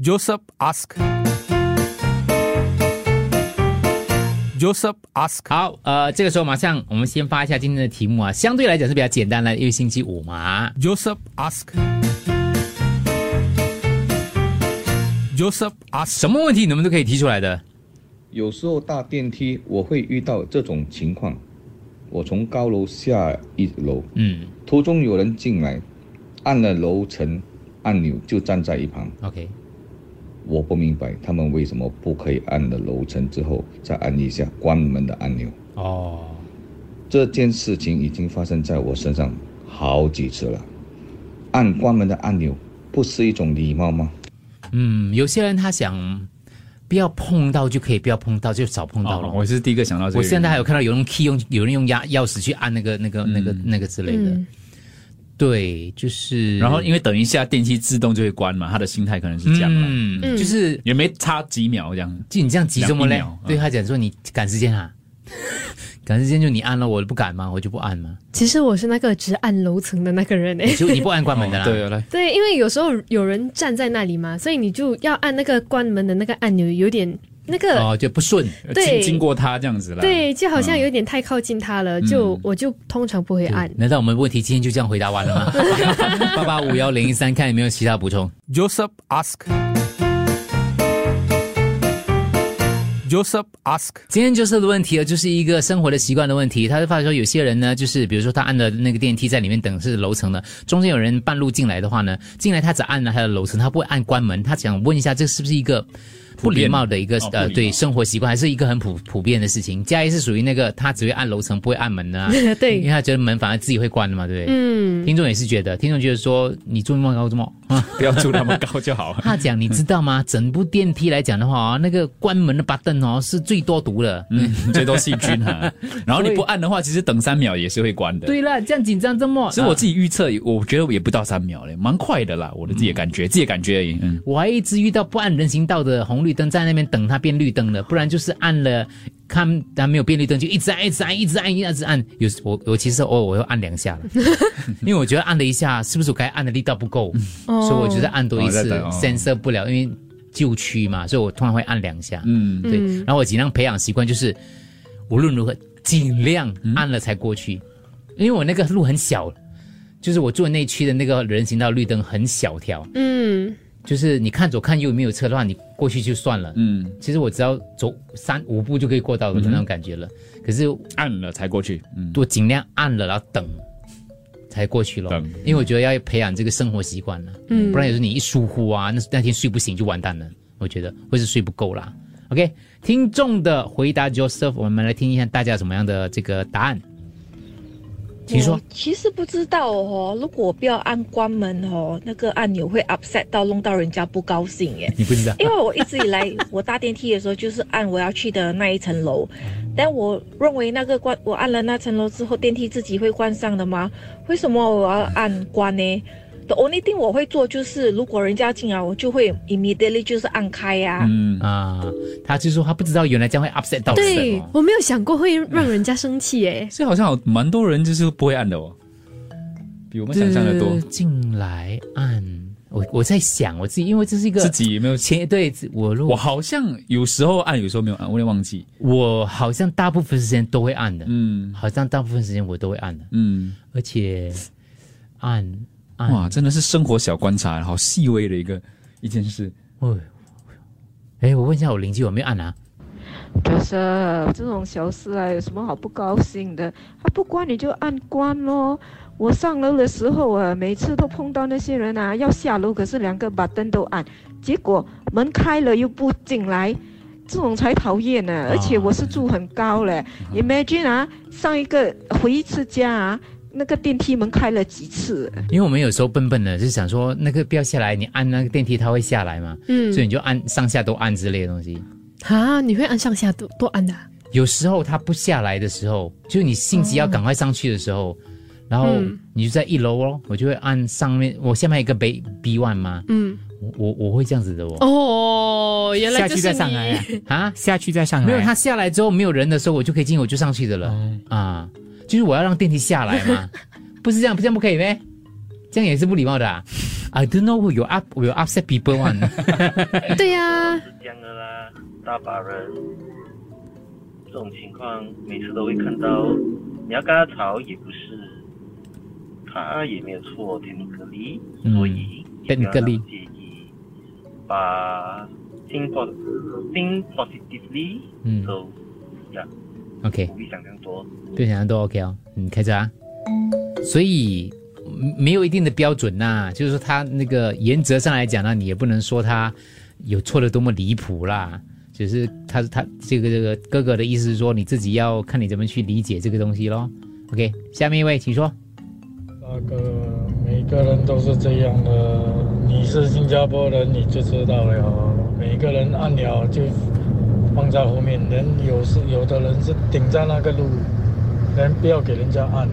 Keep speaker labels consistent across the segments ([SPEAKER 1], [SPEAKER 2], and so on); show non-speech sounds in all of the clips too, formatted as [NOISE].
[SPEAKER 1] Joseph Ask。Joseph Ask，
[SPEAKER 2] 好，呃，这个时候马上我们先发一下今天的题目啊，相对来讲是比较简单的，因为星期五嘛。
[SPEAKER 1] Joseph Ask。Joseph Ask，
[SPEAKER 2] 什么问题你们都可以提出来的。
[SPEAKER 3] 有时候搭电梯我会遇到这种情况，我从高楼下一楼，
[SPEAKER 2] 嗯
[SPEAKER 3] 途中有人进来，按了楼层按钮就站在一旁，
[SPEAKER 2] ，OK，
[SPEAKER 3] 我不明白他们为什么不可以按了楼层之后再按一下关门的按钮。
[SPEAKER 2] 哦，
[SPEAKER 3] 这件事情已经发生在我身上好几次了，按关门的按钮不是一种礼貌吗？
[SPEAKER 2] 嗯，有些人他想不要碰到就可以不要碰到，就少碰到了。
[SPEAKER 4] 哦，我是第一个想到这个。
[SPEAKER 2] 我现在还有看到有人用 key 用有人用钥钥匙去按那个那个那个那个之类的，
[SPEAKER 5] 嗯
[SPEAKER 2] 对，就是
[SPEAKER 4] 然后因为等一下电梯自动就会关嘛，他的心态可能是这样啦，
[SPEAKER 2] 嗯，
[SPEAKER 5] 嗯
[SPEAKER 2] 就是
[SPEAKER 4] 也没差几秒这样。
[SPEAKER 2] 就你这样急这么
[SPEAKER 4] 两
[SPEAKER 2] 累
[SPEAKER 4] 一秒，嗯
[SPEAKER 2] 对他讲说你赶时间啊， [LAUGHS] 赶时间就你按了，我不敢嘛，我就不按嘛，
[SPEAKER 5] 其实我是那个只按楼层的那个人诶、欸
[SPEAKER 2] 就你不按关门的啦，
[SPEAKER 4] [LAUGHS] 哦对，来，
[SPEAKER 5] [LAUGHS] 对，因为有时候有人站在那里嘛，所以你就要按那个关门的那个按钮，有点那个、
[SPEAKER 2] 哦，就不顺，
[SPEAKER 5] 对
[SPEAKER 4] 经经过他这样子啦。，
[SPEAKER 5] 对，就好像有点太靠近他了，
[SPEAKER 2] 嗯
[SPEAKER 5] 就我就通常不会按。
[SPEAKER 2] 难道我们问题今天就这样回答完了吗？八八五幺零一三，看有没有其他补充？
[SPEAKER 1] Joseph Ask。Joseph Ask。
[SPEAKER 2] 今天就是的问题了，啊就是一个生活的习惯的问题。他就发现说，有些人呢，就是比如说他按的那个电梯在里面等是楼层的，中间有人半路进来的话呢，进来他只按了他的楼层，他不会按关门。他想问一下，这是不是一个不礼貌的一个
[SPEAKER 4] 普遍的哦
[SPEAKER 2] 呃
[SPEAKER 4] 不礼貌
[SPEAKER 2] 对生活习惯，还是一个很普普遍的事情？嘉怡是属于那个他只会按楼层不会按门的、啊，
[SPEAKER 5] [LAUGHS] 对
[SPEAKER 2] [LAUGHS] 因为他觉得门反而自己会关的嘛，对不对？
[SPEAKER 5] 嗯，
[SPEAKER 2] 听众也是觉得，听众觉得说你做梦高做 [LAUGHS] 梦啊。。
[SPEAKER 4] 不要住那么高就好
[SPEAKER 2] [LAUGHS] 他讲，你知道吗？整部电梯来讲的话，哦，那个关门的 button 哦是最多毒的。
[SPEAKER 4] 嗯，最多细菌哈。然后你不按的话，其实等三秒也是会关的。。
[SPEAKER 2] 对了，这样紧张这么，啊
[SPEAKER 4] 其实我自己预测，我觉得也不到三秒嘞，蛮快的啦。我的自己的感觉，自己的感觉而已。嗯，
[SPEAKER 2] 我还一直遇到不按人行道的红绿灯，在那边等它变绿灯了，不然就是按了，看它没有变绿灯就一直按，一直按，一直按，一直按。有时我我其实偶尔我又按两 [LAUGHS] 下了，因为我觉得按了一下，是不是我该按的力道不够，所以我觉得按多一
[SPEAKER 4] 哦
[SPEAKER 2] 次
[SPEAKER 4] 再等哦
[SPEAKER 2] sensor 不了，因为旧区嘛，所以我通常会按两下。
[SPEAKER 4] 嗯
[SPEAKER 2] 对。然后我尽量培养习惯，就是无论如何尽量按了才过去，因为我那个路很小，就是我住的那区的那个人行道绿灯很小条。
[SPEAKER 5] 嗯，
[SPEAKER 2] 就是你看左看右没有车的话，你过去就算了。
[SPEAKER 4] 嗯，
[SPEAKER 2] 其实我只要走三五步就可以过到的那种感觉了。可是
[SPEAKER 4] 按了才过去。嗯，
[SPEAKER 2] 我尽量按了，然后等才过去了
[SPEAKER 4] 等。
[SPEAKER 2] 因为我觉得要培养这个生活习惯了，嗯，不然有时候你一疏忽啊，那那天睡不醒就完蛋了。我觉得，或是睡不够啦。OK，听众的回答 Joseph，我们来听一下大家什么样的这个答案，请说。
[SPEAKER 6] 我。其实不知道哦，如果不要按关门哦，那个按钮会 upset 到弄到人家不高兴耶
[SPEAKER 2] [LAUGHS] 你不知道
[SPEAKER 6] 因为我一直以来，我搭电梯的时候就是按我要去的那一层楼，但我认为那个关我按了那层楼之后，电梯自己会关上的吗？为什么我要按关呢？The only thing 我会做就是，如果人家进来，我就会 immediately 就是按开呀、
[SPEAKER 4] 嗯，
[SPEAKER 2] 啊？他就说他不知道原来这样会 upset 到人
[SPEAKER 5] 对
[SPEAKER 2] 哦。
[SPEAKER 5] 我没有想过会让人家生气
[SPEAKER 2] [LAUGHS]
[SPEAKER 5] 欸诶、
[SPEAKER 4] 所以好像有蛮多人就是不会按的哦，比我们想象的多
[SPEAKER 2] 呃。进来按，我我在想我自己，因为这是一个
[SPEAKER 4] 自己有没有？
[SPEAKER 2] 前对自我
[SPEAKER 7] 嗯
[SPEAKER 2] 如
[SPEAKER 4] 我
[SPEAKER 2] 果
[SPEAKER 4] 好像有时候啊按，有时候没有按，我有点忘记。
[SPEAKER 2] 我好像大部分时间都会按的，
[SPEAKER 4] 嗯
[SPEAKER 2] 好像大部分时间我都会按的，
[SPEAKER 4] 嗯，
[SPEAKER 2] 而且按
[SPEAKER 7] 哎
[SPEAKER 2] 按，
[SPEAKER 4] 哇，真的是生活小观察，好细微的一个一件事。
[SPEAKER 2] 哦哎，我问一下我邻居有没有按啊？
[SPEAKER 8] 就是这种小事啊，有什么好不高兴的？他不关你就按关咯。我上楼的时候啊，每次都碰到那些人啊，要下楼可是两个把灯都按，结果门开了又不进来，这种才讨厌呢、而且我是住很高嘞、i m a g i n e 啊，上一个回一次家啊，那个电梯门开了几次？
[SPEAKER 2] 因为我们有时候笨笨的，就是想说那个不要下来，你按那个电梯它会下来嘛，
[SPEAKER 5] 嗯
[SPEAKER 2] 所以你就按上下都按之类的东西。
[SPEAKER 5] 啊，你会按上下多多按的、啊？
[SPEAKER 2] 有时候它不下来的时候，就是你性急要赶快上去的时候，然后
[SPEAKER 5] 嗯
[SPEAKER 2] 你就在一楼哦，我就会按上面，我下面有一个 B B one 吗？
[SPEAKER 5] 嗯，
[SPEAKER 2] 我我我会这样子的哦。
[SPEAKER 5] 哦，原来
[SPEAKER 7] 下
[SPEAKER 5] 就
[SPEAKER 7] 去
[SPEAKER 5] 是
[SPEAKER 7] 再上
[SPEAKER 5] 你。
[SPEAKER 7] 来啊，
[SPEAKER 2] 啊，
[SPEAKER 7] 下去再上来。
[SPEAKER 2] 没有，他下来之后没有人的时候，我就可以进，我就上 [LAUGHS] 去的了、啊。就是我要让电梯下来嘛，不是这样，这样不可以呗？这样也是不礼貌的啊。I don't know you up you upset people one
[SPEAKER 5] [LAUGHS] 对呀、
[SPEAKER 7] 这样的啦，大把人，这种情况每次都会看到。你要跟他吵也不是，他也没有错，天格力，
[SPEAKER 2] 嗯
[SPEAKER 7] 所以也不要
[SPEAKER 2] technically
[SPEAKER 7] 介意，把 think p o think positively，
[SPEAKER 2] 嗯
[SPEAKER 7] so yeah，
[SPEAKER 2] OK
[SPEAKER 7] 不。必想这样多。
[SPEAKER 2] 对，想象都 OK 哦。嗯，开车啊。所以嗯没有一定的标准呐、就是说他那个原则上来讲呢，你也不能说他有错的多么离谱啦。只是他他这个这个哥哥的意思是说，你自己要看你怎么去理解这个东西咯。OK，下面一位，请说。
[SPEAKER 9] 那个每个人都是这样的，你是新加坡人你就知道了，每个人按了就放在后面，人有时有的人是顶在那个路，人不要给人家按。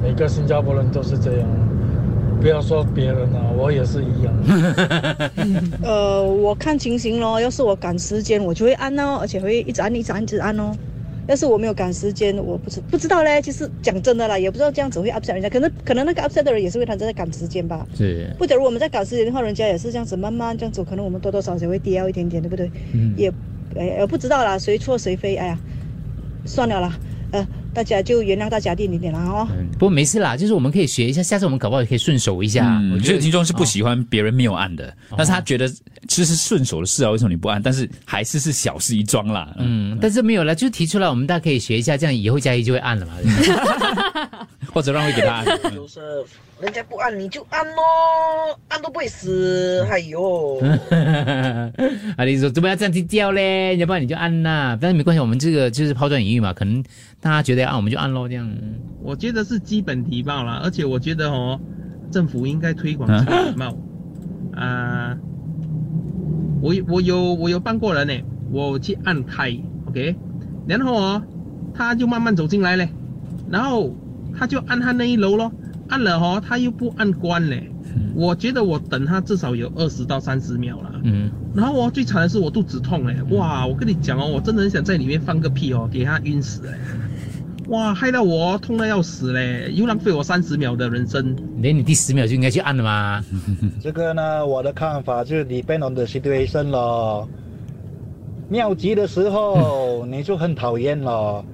[SPEAKER 9] 每个新加坡人都是这样，不要说别人了、我也是一样。
[SPEAKER 10] 呃，我看情形咯，要是我赶时间，我就会按哦，而且会一直按、一直按、一直按哦。要是我没有赶时间，我不知不知道嘞。其实讲真的啦，也不知道这样子会 upset 人家，可能可能那个 upset 的人也是因为他正在赶时间吧。
[SPEAKER 2] 是，
[SPEAKER 10] 不，假如我们在赶时间的话，人家也是这样子慢慢这样走，可能我们多多少少会跌掉一点点，对不对？
[SPEAKER 2] 嗯
[SPEAKER 10] 也，哎，呃不知道啦，谁错谁非，哎呀，算了啦，呃，大家就原谅大家一点点啦哦。
[SPEAKER 2] 嗯，不过没事啦，就是我们可以学一下，下次我们搞不好也可以顺手一下。
[SPEAKER 4] 嗯，
[SPEAKER 2] 我
[SPEAKER 4] 我
[SPEAKER 2] 觉
[SPEAKER 4] 觉
[SPEAKER 2] 得
[SPEAKER 4] 得听众是不喜欢别人没有按的，
[SPEAKER 7] 哦
[SPEAKER 4] 但是他觉得其实是顺手的事啊，为什么你不按？但是还是是小事一桩啦。嗯，
[SPEAKER 2] 嗯，但是没有啦，就提出来，我们大家可以学一下，这样以后佳怡就会按了嘛。
[SPEAKER 4] [LAUGHS]
[SPEAKER 2] [LAUGHS]
[SPEAKER 4] 或者让位给他按。
[SPEAKER 10] 就是人家不按你就按咯，按都不会死，哎呦。
[SPEAKER 2] 啊，你说怎么要这样低调嘞？要不然你就按呐、但是没关系，我们这个就是抛砖引玉嘛，可能大家觉得要啊按我们就按咯，这样。
[SPEAKER 11] 我觉得是基本礼貌啦，而且我觉得哦，政府应该推广这个礼貌。啊、我有我有我有帮过人呢，我去按开，OK，然后哦，他就慢慢走进来嘞，然后他就按他那一楼咯，按了哦，他又不按关嘞。我觉得我等他至少有二十到三十秒了，
[SPEAKER 2] 嗯，
[SPEAKER 11] 然后哦，最惨的是我肚子痛嘞，哇！我跟你讲哦，我真的很想在里面放个屁哦，给他晕死嘞，哇，害到我痛得要死嘞，又浪费我三十秒的人生。
[SPEAKER 2] 连你第十秒就应该去按了嘛。
[SPEAKER 9] 这个呢，我的看法就是 depend on the situation 咯。尿急的时候你就很讨厌了。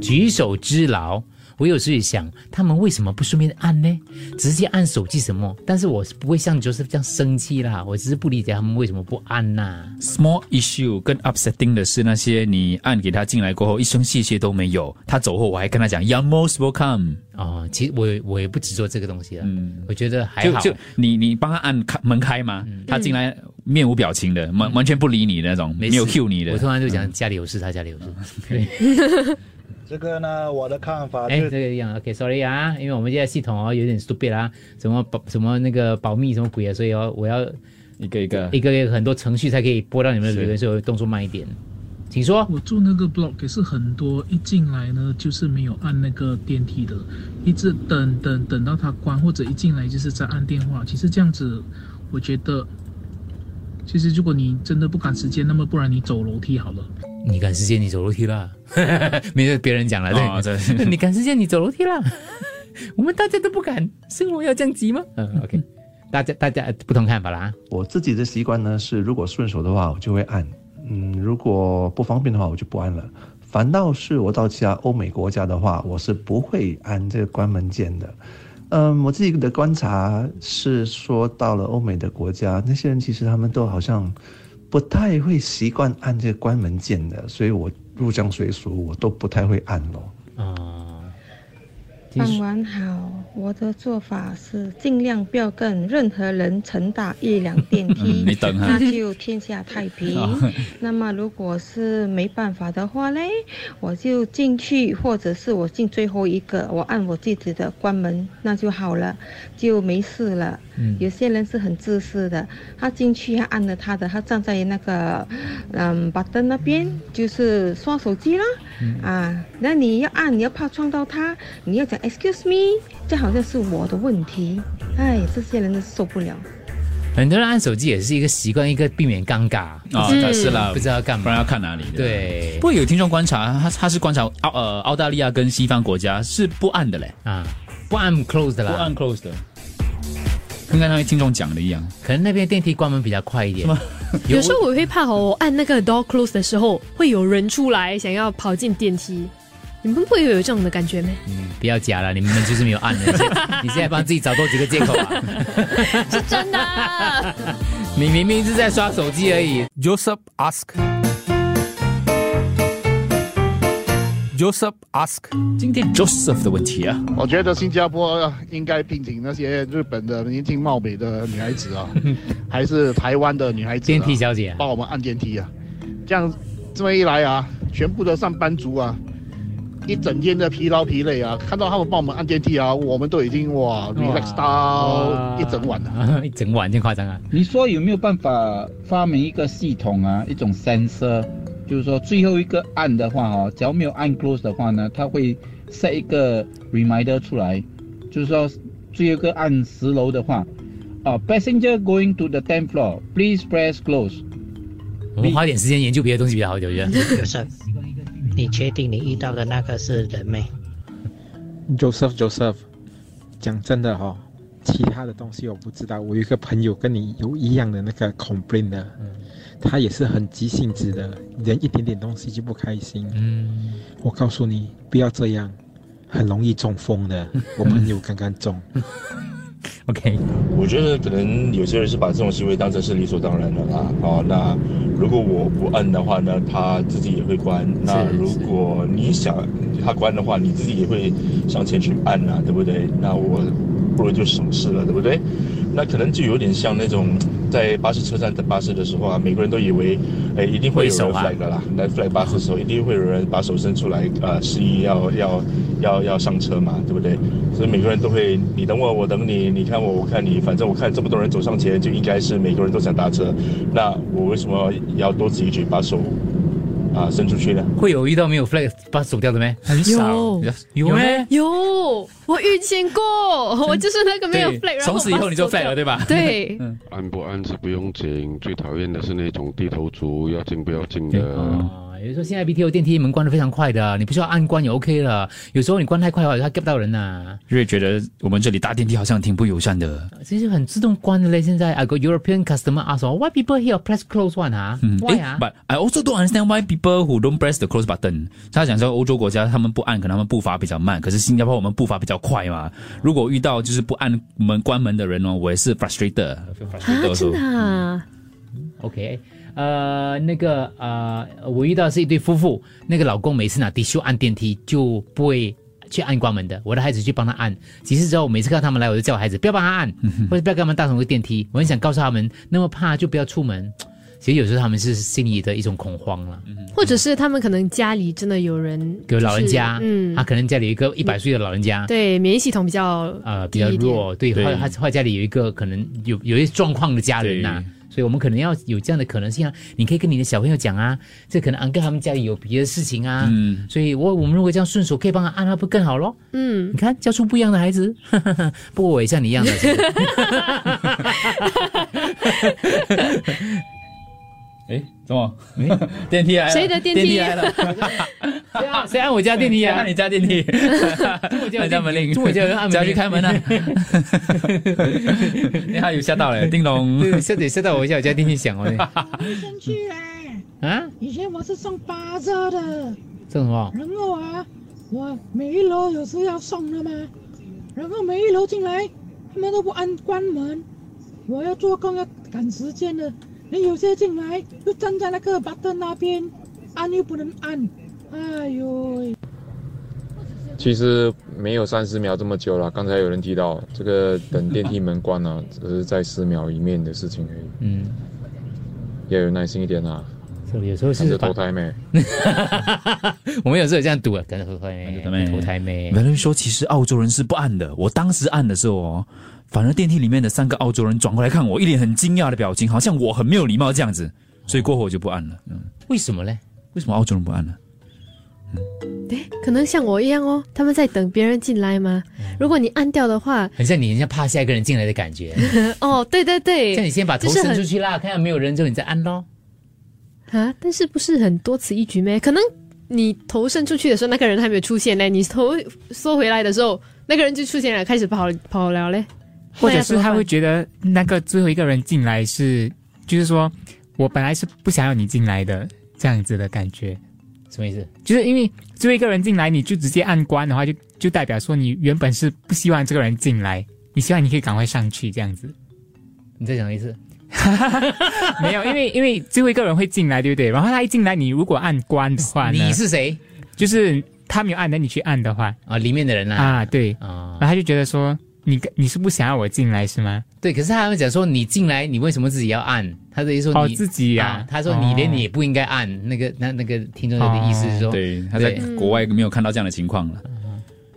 [SPEAKER 2] 举手之劳。我有时也想，他们为什么不顺便按呢？直接按手机什么？但是我是不会像 Joseph 这样生气啦，我只是不理解他们为什么不按呐、
[SPEAKER 4] Small issue 更 upsetting 的是那些你按给他进来过后一声谢谢都没有，他走后我还跟他讲 You're most welcome，
[SPEAKER 2] 哦，其实我也我也不执着这个东西了，
[SPEAKER 4] 嗯
[SPEAKER 2] 我觉得还
[SPEAKER 4] 就
[SPEAKER 2] 好。嗯
[SPEAKER 4] 就你你帮他按开门开嘛，他进来面无表情的，完完全不理你的那种，
[SPEAKER 2] 没
[SPEAKER 4] 没
[SPEAKER 2] 事
[SPEAKER 4] 有 cue 你
[SPEAKER 2] 我通
[SPEAKER 4] 的。
[SPEAKER 2] 常
[SPEAKER 4] 嗯
[SPEAKER 2] 就讲家里有事，他家里有事。对。
[SPEAKER 9] 这个呢，我的看
[SPEAKER 4] 啊
[SPEAKER 9] 法
[SPEAKER 2] 哎，这个一样，OK，sorry、啊，因为我们现在系统哦有点 stupid 啊，什么保什么那个保密什么鬼啊，所以哦我要
[SPEAKER 4] 一个一个
[SPEAKER 2] 一个一个很多程序才可以播到你们的留言，所以我动作慢一点，请说。
[SPEAKER 9] 我住那个 block 也是很多，一进来呢就是没有按那个电梯的，一直等等等到它关，或者一进来就是在按电话。其实这样子，我觉得，其实如果你真的不赶时间，那么不然你走楼梯好了。
[SPEAKER 2] 你赶时间，你走楼梯啦， [LAUGHS] 没事，别人讲了，对，
[SPEAKER 4] 哦对
[SPEAKER 2] [LAUGHS] 你赶时间，你走楼梯啦， [LAUGHS] 我们大家都不敢，生活要这样急吗？嗯，OK，大家大家呃不同看法啦啊。
[SPEAKER 9] 我自己的习惯呢是，如果顺手的话，我就会按；嗯，如果不方便的话，我就不按了。反倒是我到其他欧美国家的话，我是不会按这个关门键的。嗯，我自己的观察是说，到了欧美的国家，那些人其实他们都好像不太会习惯按这个关门键的，所以我入乡随俗，我都不太会按咯。
[SPEAKER 2] 哦听
[SPEAKER 12] 傍
[SPEAKER 2] 说
[SPEAKER 12] 晚好，我的做法是尽量不要跟任何人乘搭一辆电梯
[SPEAKER 4] 嗯，你等
[SPEAKER 2] [LAUGHS]
[SPEAKER 4] 哈
[SPEAKER 12] 那就天下太平。那么如果是没办法的话嘞，我就进去，或者是我进最后一个，我按我自己的关门，那就好了，就没事了。有些人是很自私的，他进去他按了他的，他站在那个嗯 button 那边就是刷手机啦。啊，那你要按，你要怕撞到他，你要讲 excuse me，这好像是我的问题。哎，这些人都受不了。
[SPEAKER 2] 很多人按手机也是一个习惯，一个避免尴尬，
[SPEAKER 4] 啊，但是啦，
[SPEAKER 2] 不知道要干
[SPEAKER 4] 不然要
[SPEAKER 2] 嘛。
[SPEAKER 4] 看哪里的。
[SPEAKER 2] 对
[SPEAKER 4] 不过有听众观察，他他是观察澳呃澳大利亚跟西方国家是不按的嘞，
[SPEAKER 2] 啊，不按 close 的啦，
[SPEAKER 4] 不按 close 的。跟刚才听众讲的一样，
[SPEAKER 2] 可能那边电梯关门比较快一点。
[SPEAKER 5] 有时候我会怕哦，我按那个 door close 的时候，会有人出来想要跑进电梯。你们不会有这种的感觉吗？
[SPEAKER 2] 不要假了，你们就是没有按的，你现在你现在帮自己找多几个借口
[SPEAKER 5] [LAUGHS]
[SPEAKER 2] 啊！
[SPEAKER 5] 是 [LAUGHS] 真的。啊
[SPEAKER 2] 你明明是在刷手机而已。
[SPEAKER 13] Joseph ask. Joseph ask.
[SPEAKER 4] 今天 Joseph 的问题啊，
[SPEAKER 14] 我觉得新加坡应该聘请那些日本的年轻貌美的女孩子啊，还是台湾的女孩子、啊，
[SPEAKER 2] 电梯小姐啊
[SPEAKER 5] 哦
[SPEAKER 14] 帮我们按电梯啊。这样这么一来啊，全部的上班族啊，一整天的疲劳疲累啊，看到他们帮我们按电梯啊，我们都已经哇 relax 到一整晚了。
[SPEAKER 2] [LAUGHS] 一整晚就夸张啊！
[SPEAKER 15] 你说有没有办法发明一个系统啊，一种 sensor，就是说最后一个按的话哦，只要没有按 close 的话呢，它会 set 一个 reminder 出来，就是说最后一个按十楼的话，啊，passenger going to the tenth floor，please press close。
[SPEAKER 2] 我们花点时间研究别的东西比较好，我觉得。
[SPEAKER 16] Joseph，你确定你遇到的那个是人没？
[SPEAKER 9] Joseph Joseph，讲真的哈、哦，其他的东西我不知道。我有一个朋友跟你有一样的那个 complain 的，
[SPEAKER 17] 嗯
[SPEAKER 9] 他也是很急性子的，人一点点东西就不开心。
[SPEAKER 2] 嗯，
[SPEAKER 9] 我告诉你，不要这样，很容易中风的。我朋友刚刚中。
[SPEAKER 2] OK，
[SPEAKER 3] 我觉得可能有些人是把这种行为当成是理所当然的啦。哦，那如果我不按的话呢，他自己也会关。那如果你想他关的话，你自己也会上前去按呐、对不对？那我不如就省事了，对不对？那可能就有点像那种在巴士车站等巴士的时候啊，每个人都以为，哎，一定会
[SPEAKER 2] 挥
[SPEAKER 3] 有
[SPEAKER 2] 手
[SPEAKER 3] 人
[SPEAKER 2] 啊
[SPEAKER 3] flag 的啦。来 flag 巴士的时候，一定会有人把手伸出来，呃，示意要要要要上车嘛，对不对？所以每个人都会，你等我，我等你，你看我，我看你，反正我看这么多人走上前，就应该是每个人都想搭车。那我为什么要多此一举把手啊、伸出去呢？
[SPEAKER 2] 会有遇到没有 flag 把手掉的没？很
[SPEAKER 5] 少
[SPEAKER 2] 有 [LAUGHS] 有咩？
[SPEAKER 5] 有，我遇见过，我就是那个没有 flag，然后
[SPEAKER 2] 从此以后你就 flag 了，对
[SPEAKER 5] 吧？
[SPEAKER 2] 吧？ [LAUGHS]
[SPEAKER 5] 对，
[SPEAKER 7] 按不按是不用紧，最讨厌的是那种地头族，要进不要进
[SPEAKER 4] 嗯
[SPEAKER 7] 的。
[SPEAKER 4] 哦
[SPEAKER 2] 啊，有时候现在 BTO 电梯门关的非常快的，你不需要按关也 OK 了。有时候你关太快的话，它 get 不到人啊呐、
[SPEAKER 4] 瑞觉得我们这里搭电梯好像挺不友善的。
[SPEAKER 2] 其实很自动关的嘞。现在 I got European customer ask why people here press close one 啊、
[SPEAKER 4] 嗯诶
[SPEAKER 5] Hmm.
[SPEAKER 2] why
[SPEAKER 5] Eh,
[SPEAKER 2] 啊？
[SPEAKER 4] But I also don't understand why people who don't press the close button。他讲说欧洲国家他们不按，可能他们步伐比较慢，可是新加坡我们步伐比较快嘛。如果遇到就是不按门关门的人哦，我也是 frustrated。
[SPEAKER 5] 啊，真的、啊，
[SPEAKER 2] OK，呃，那个呃，我遇到是一对夫妇，那个老公每次拿 d i 按电梯就不会去按关门的，我的孩子去帮他按。其实之后，每次看到他们来，我就叫我孩子不要帮他按，
[SPEAKER 5] 嗯
[SPEAKER 2] 或者不要跟他们搭同一个电梯。我很想告诉他们，那么怕就不要出
[SPEAKER 5] 嗯
[SPEAKER 2] 门。其实有时候他们是心里的一种恐慌了，
[SPEAKER 5] 或者是他们可能家里真的有人，
[SPEAKER 2] 有老人家，啊
[SPEAKER 5] 就是嗯
[SPEAKER 2] 他可能家里有一个一百岁的老人家，
[SPEAKER 5] 对，免疫系统比较
[SPEAKER 2] 呃比较弱，对，
[SPEAKER 5] 对
[SPEAKER 2] 或他或家里有一个可能有有一些状况的家人呐、啊所以我们可能要有这样的可能性啊。你可以跟你的小朋友讲啊，这可能安哥他们家里有别的事情啊，
[SPEAKER 4] 嗯
[SPEAKER 2] 所以我我们如果这样顺手可以帮他按，那不更好咯？
[SPEAKER 5] 嗯
[SPEAKER 2] 你，看教出不一样的孩子， [LAUGHS] 不过我也像你一样
[SPEAKER 4] [LAUGHS]
[SPEAKER 2] 的。
[SPEAKER 4] 哎，怎么？
[SPEAKER 2] 哎
[SPEAKER 4] 电梯来了？
[SPEAKER 5] 谁的电梯
[SPEAKER 4] 电梯
[SPEAKER 5] [LAUGHS]
[SPEAKER 4] 来了？
[SPEAKER 2] 谁按谁按我家电梯
[SPEAKER 4] 谁
[SPEAKER 2] 啊？
[SPEAKER 4] 按你家电梯？按家门铃，
[SPEAKER 2] 中国家有人按门铃
[SPEAKER 4] [LAUGHS] 只要去开门啊！ [LAUGHS] 你啊哎还有吓到嘞，叮咚。
[SPEAKER 2] 对，吓得吓到我一下，我家电梯
[SPEAKER 4] [LAUGHS]
[SPEAKER 2] 响了呢。
[SPEAKER 12] 先去啦！
[SPEAKER 2] 啊，
[SPEAKER 12] 以前我是上八折的，
[SPEAKER 2] 这什么？
[SPEAKER 12] 然后啊，我每一楼有时要送的嘛，然后每一楼进来，他们都不按关门，我要做工要赶时间的，那有些进来就站在那个 button 那边，按又不能按，哎呦！
[SPEAKER 17] [LAUGHS] 其实没有三十秒这么久了。刚才有人提到这个等电梯门关了、只是在十秒以内的事情而已，
[SPEAKER 2] 嗯，
[SPEAKER 17] 要有耐心一点啦。
[SPEAKER 2] 这有时候
[SPEAKER 17] 看
[SPEAKER 2] 是
[SPEAKER 17] 着
[SPEAKER 2] 把
[SPEAKER 17] 投胎没？
[SPEAKER 2] [LAUGHS] 我们有时候也这样赌啊，跟投胎妹，投胎妹。
[SPEAKER 4] 本来说，其实澳洲人是不按的。我当时按的时候哦，反而电梯里面的三个澳洲人转过来看我，一脸很惊讶的表情，好像我很没有礼貌这
[SPEAKER 2] 哦
[SPEAKER 4] 样子。所以过后我就不按了。嗯，
[SPEAKER 2] 为什么嘞？
[SPEAKER 4] 为什么澳洲人不按呢？
[SPEAKER 5] 可能像我一样哦，他们在等别人进来嘛。
[SPEAKER 2] 嗯
[SPEAKER 5] 如果你按掉的话，
[SPEAKER 2] 很像你，很像怕下一个人进来的感
[SPEAKER 9] [LAUGHS]
[SPEAKER 2] 觉。
[SPEAKER 5] 哦，对对对，
[SPEAKER 2] 像你先把头
[SPEAKER 5] 就是
[SPEAKER 2] 伸
[SPEAKER 5] 很
[SPEAKER 2] 出去啦，看到没有人之后你再按咯。
[SPEAKER 5] 啊，但是不是很多此一举咩？可能你头伸出去的时候，那个人还没有出现呢。你头缩回来的时候，那个人就出现了，开始跑跑聊嘞，
[SPEAKER 9] 或
[SPEAKER 2] 啊
[SPEAKER 9] 者是他会觉得呃那个最后一个人进来是，就是说我本来是不想要你进来的这样子的感觉，
[SPEAKER 2] 什么意思？
[SPEAKER 9] 就是因为最后一个人进来，你就直接按关的话，就就代表说你原本是不希望这个人进来，你希望你可以赶快上去这样
[SPEAKER 2] [LAUGHS]
[SPEAKER 9] 子。
[SPEAKER 2] 你再讲一次。
[SPEAKER 9] 没有，因为因为最后一个人会进来，对不对？然后他一进来，你如果按关的
[SPEAKER 2] [LAUGHS]
[SPEAKER 9] 话呢，
[SPEAKER 2] 你是谁？
[SPEAKER 9] 就是他没有按，那你去按的话
[SPEAKER 2] 啊，里面的人啊，
[SPEAKER 9] 啊对，然后他就觉得说你你是不想要我进来是吗？
[SPEAKER 2] 对，可是他们讲说你进来，你为什么自己要按？他的意思说
[SPEAKER 9] 哦
[SPEAKER 2] 你
[SPEAKER 9] 自己呀
[SPEAKER 2] 啊他说你连
[SPEAKER 9] 哦
[SPEAKER 2] 你也不应该按那个那那个听众的意思是说，
[SPEAKER 4] 对，他在国外没有看到这样的情况了。
[SPEAKER 2] 嗯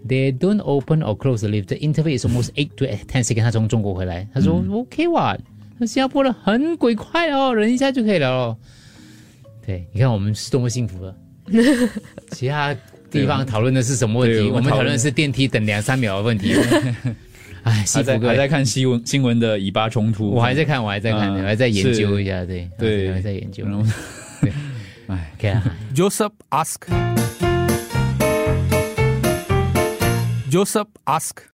[SPEAKER 2] They don't open or close the lift. The interval is almost eight to ten seconds. 他从中国回来，他说、OK
[SPEAKER 4] 嗯
[SPEAKER 2] 哇，那新加坡人很鬼快哦，忍一下就可以了哦。对，你看我们是多么幸福
[SPEAKER 4] [LAUGHS]
[SPEAKER 2] 了。其他地方讨论的是什么问
[SPEAKER 4] 对
[SPEAKER 2] 题？
[SPEAKER 4] 我
[SPEAKER 2] 我
[SPEAKER 4] 们
[SPEAKER 2] 们
[SPEAKER 4] 讨
[SPEAKER 2] 讨
[SPEAKER 4] 论
[SPEAKER 2] 论的是电梯等两三秒的问题。
[SPEAKER 4] [LAUGHS]
[SPEAKER 2] 哎，
[SPEAKER 4] 他
[SPEAKER 2] 幸
[SPEAKER 4] 在
[SPEAKER 2] 福各
[SPEAKER 4] 还在
[SPEAKER 2] 位。
[SPEAKER 4] 看新闻新闻的以巴冲突，
[SPEAKER 2] 我还在看，我还在看，我
[SPEAKER 4] 嗯
[SPEAKER 2] 还在研究
[SPEAKER 4] 是
[SPEAKER 2] 一下，对
[SPEAKER 4] 对嗯
[SPEAKER 2] 我还在研究。 [LAUGHS]
[SPEAKER 4] 哎
[SPEAKER 2] ，OK 啊。
[SPEAKER 18] Joseph ask. Joseph ask.